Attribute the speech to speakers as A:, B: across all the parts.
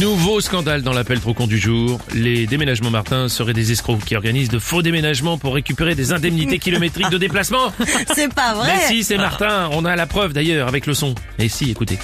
A: Nouveau scandale dans l'appel trop con du jour. Les déménagements Martin seraient des escrocs qui organisent de faux déménagements pour récupérer des indemnités kilométriques de déplacement.
B: C'est pas vrai.
A: Mais si, c'est Martin. On a la preuve d'ailleurs avec le son. Et si, écoutez.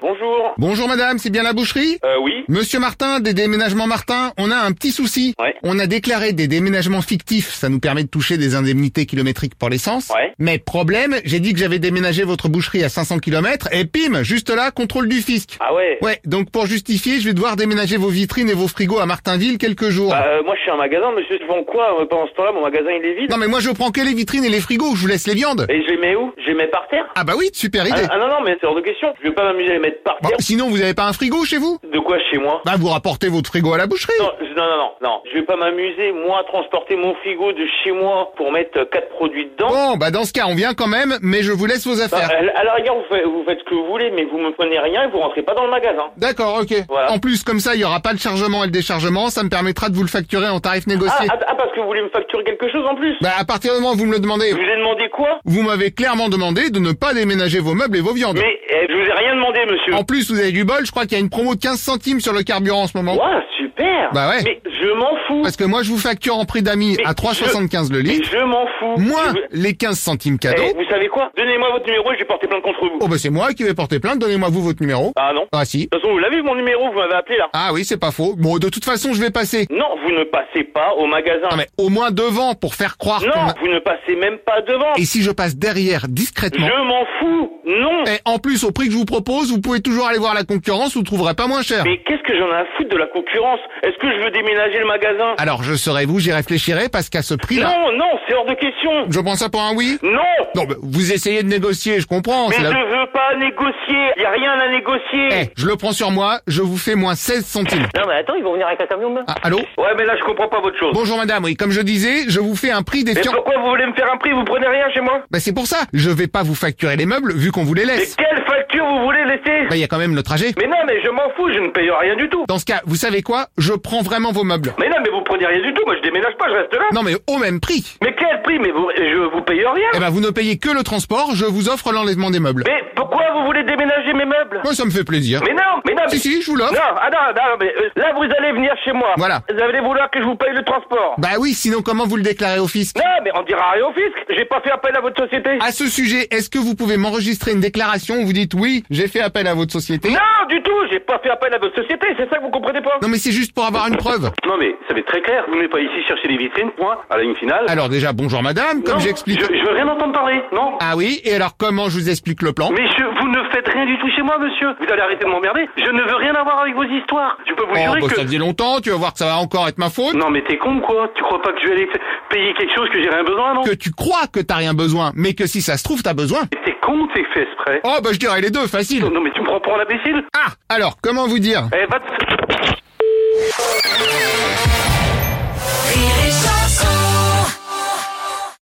C: Bonjour.
D: Bonjour madame, c'est bien la boucherie
C: Euh, oui.
D: Monsieur Martin, des déménagements Martin, on a un petit souci.
C: Ouais.
D: On a déclaré des déménagements fictifs, ça nous permet de toucher des indemnités kilométriques pour l'essence.
C: Ouais.
D: Mais problème, j'ai dit que j'avais déménagé votre boucherie à 500 km et pim, juste là, contrôle du fisc.
C: Ah ouais.
D: Ouais, donc pour justifier, je vais devoir déménager vos vitrines et vos frigos à Martinville quelques jours.
C: Bah, euh, moi, je suis un magasin, monsieur. Je vends quoi euh, pendant ce temps-là Mon magasin, il est vide.
D: Non mais moi je prends que les vitrines et les frigos, je vous laisse les viandes.
C: Et je les mets où Je les mets par terre
D: Ah bah oui, super
C: ah,
D: idée.
C: ah, non, non, mais c'est hors de question. Je vais pas m'amuser à les mettre par
D: Bon,
C: terre.
D: sinon vous avez pas un frigo chez vous
C: De quoi chez moi
D: Bah vous rapportez votre frigo à la boucherie.
C: non, je- non, non, non, non. Je vais pas m'amuser, moi, à transporter mon frigo de chez moi pour mettre euh, quatre produits dedans.
D: Bon, bah dans ce cas on vient quand même, mais je vous laisse vos
C: Bah,
D: affaires.
C: à la- à la rigueur, vous faites, vous faites ce que vous voulez, mais vous me prenez rien et vous rentrez pas dans le magasin.
D: D'accord, ok.
C: Voilà.
D: En plus, comme ça, il y aura pas le chargement et le déchargement, ça me permettra de vous le facturer en tarif
C: Ah,
D: négocié.
C: ah, ah, parce que vous voulez me facturer quelque chose en plus
D: Bah, à partir du moment où vous me le demandez,
C: Je vous ai demandé quoi
D: vous m'avez clairement demandé de ne pas déménager vos meubles et vos viandes.
C: Mais euh, je vous ai rien demandé, monsieur.
D: Bah. En plus, vous avez du bol, je crois qu'il y a une promo de 15 centimes sur le carburant en ce moment.
C: Ouah, super
D: Bah ouais.
C: Mais je m'en fous.
D: Parce que moi, je vous facture en prix d'amis
C: Mais
D: à 3,75 le
C: Mais
D: litre,
C: je m'en fous.
D: moins
C: Je-
D: les 15 centimes cadeaux.
C: Eh, vous savez quoi Donnez-moi votre numéro et je vais porter plainte contre vous.
D: Oh bah c'est moi qui vais porter plainte, donnez-moi vous votre numéro.
C: Ah non. De
D: Ah si.
C: toute façon, vous l'avez mon numéro, vous m'avez appelé là.
D: Ah oui, c'est pas faux. Bon, de toute façon, je vais passer.
C: Non, vous ne passez pas au magasin.
D: Non Ah, mais au moins devant pour faire croire qu'on
C: Non,
D: a-
C: vous ne passez même pas devant.
D: Et si je passe derrière discrètement
C: Je m'en fous. Non.
D: Et en plus, au prix que je vous propose, vous pouvez toujours aller voir la concurrence, vous trouverez pas moins cher.
C: Mais qu'est-ce que j'en ai à foutre de la concurrence Est-ce que je veux déménager le magasin
D: Alors, je serai vous, j'y réfléchirai, parce qu'à ce prix-là,
C: Non, non, c'est hors de question.
D: je prends ça pour un oui.
C: Non.
D: Non, mais vous essayez de négocier, je comprends.
C: Mais
D: Ah, c'est
C: je
D: la-
C: veux pas négocier. Y a rien à négocier.
D: Eh, je le prends sur moi, je vous fais moins 16 centimes.
C: Non, mais attends, ils vont venir avec un camion. ben.
D: Ah, allô
C: Ouais, mais là, je comprends pas votre chose.
D: Bonjour madame, oui, comme je disais, je vous fais un prix
C: mais
D: défiant.
C: pourquoi vous voulez me faire un prix Vous prenez rien chez moi
D: Bah c'est pour ça, je vais pas vous facturer les meubles vu qu'on vous les
C: Mais
D: laisse.
C: quelle facture vous voulez laisser
D: Bah il y a quand même le trajet.
C: Mais non, mais je m'en fous, je ne paye rien du tout.
D: Dans ce cas, vous savez quoi Je prends vraiment vos meubles.
C: Mais non, mais vous prenez rien du tout, moi je déménage pas, je reste là.
D: Non mais au même prix.
C: Mais quel prix Mais vous, je vous paye rien.
D: Eh ben vous ne payez que le transport, je vous offre l'enlèvement des meubles.
C: Mais pourquoi vous voulez déménager mes meubles
D: Moi ça me fait plaisir.
C: Mais non, mais non.
D: Si
C: mais-
D: si, je vous l'offre.
C: Non, ah non, non, mais euh, là vous allez venir chez moi.
D: Voilà.
C: Vous allez vouloir que je vous paye le transport.
D: Bah oui, sinon comment vous le déclarez au fisc
C: Non, mais on dira rien au fisc. J'ai pas fait appel à votre société.
D: À ce sujet, est-ce que vous pouvez m'enregistrer une déclaration où vous dites oui, j'ai fait appel à votre société
C: Non, du tout, j'ai pas fait appel à votre société. C'est ça que vous comprenez pas
D: Non mais c'est juste pour avoir une preuve.
C: Non, mais ça va être très clair. Vous n'êtes pas ici chercher des vitrines, point. À la ligne finale.
D: Alors déjà, bonjour madame, Ah, comme
C: Non,
D: j'explique...
C: Je, je veux rien entendre parler. Non.
D: Ah oui, et alors comment je vous explique le plan
C: Mais je, vous ne faites rien du tout chez moi, monsieur. Vous allez arrêter de m'emmerder. Je ne veux rien avoir avec vos histoires. Je peux vous
D: Oh
C: jurer
D: bah
C: que...
D: ça faisait longtemps, tu vas voir que ça va encore être ma faute.
C: Non, mais t'es con, ou quoi. Tu crois pas que je vais aller fa- payer quelque chose que j'ai rien besoin, non
D: Que tu crois que t'as rien besoin, mais que si ça se trouve, t'as besoin.
C: Mais T'es con, ou t'es fait exprès.
D: Oh bah je dirais les deux, facile.
C: Non, mais tu me prends pour un imbécile
D: Ah, alors comment vous dire
C: Eh, va te...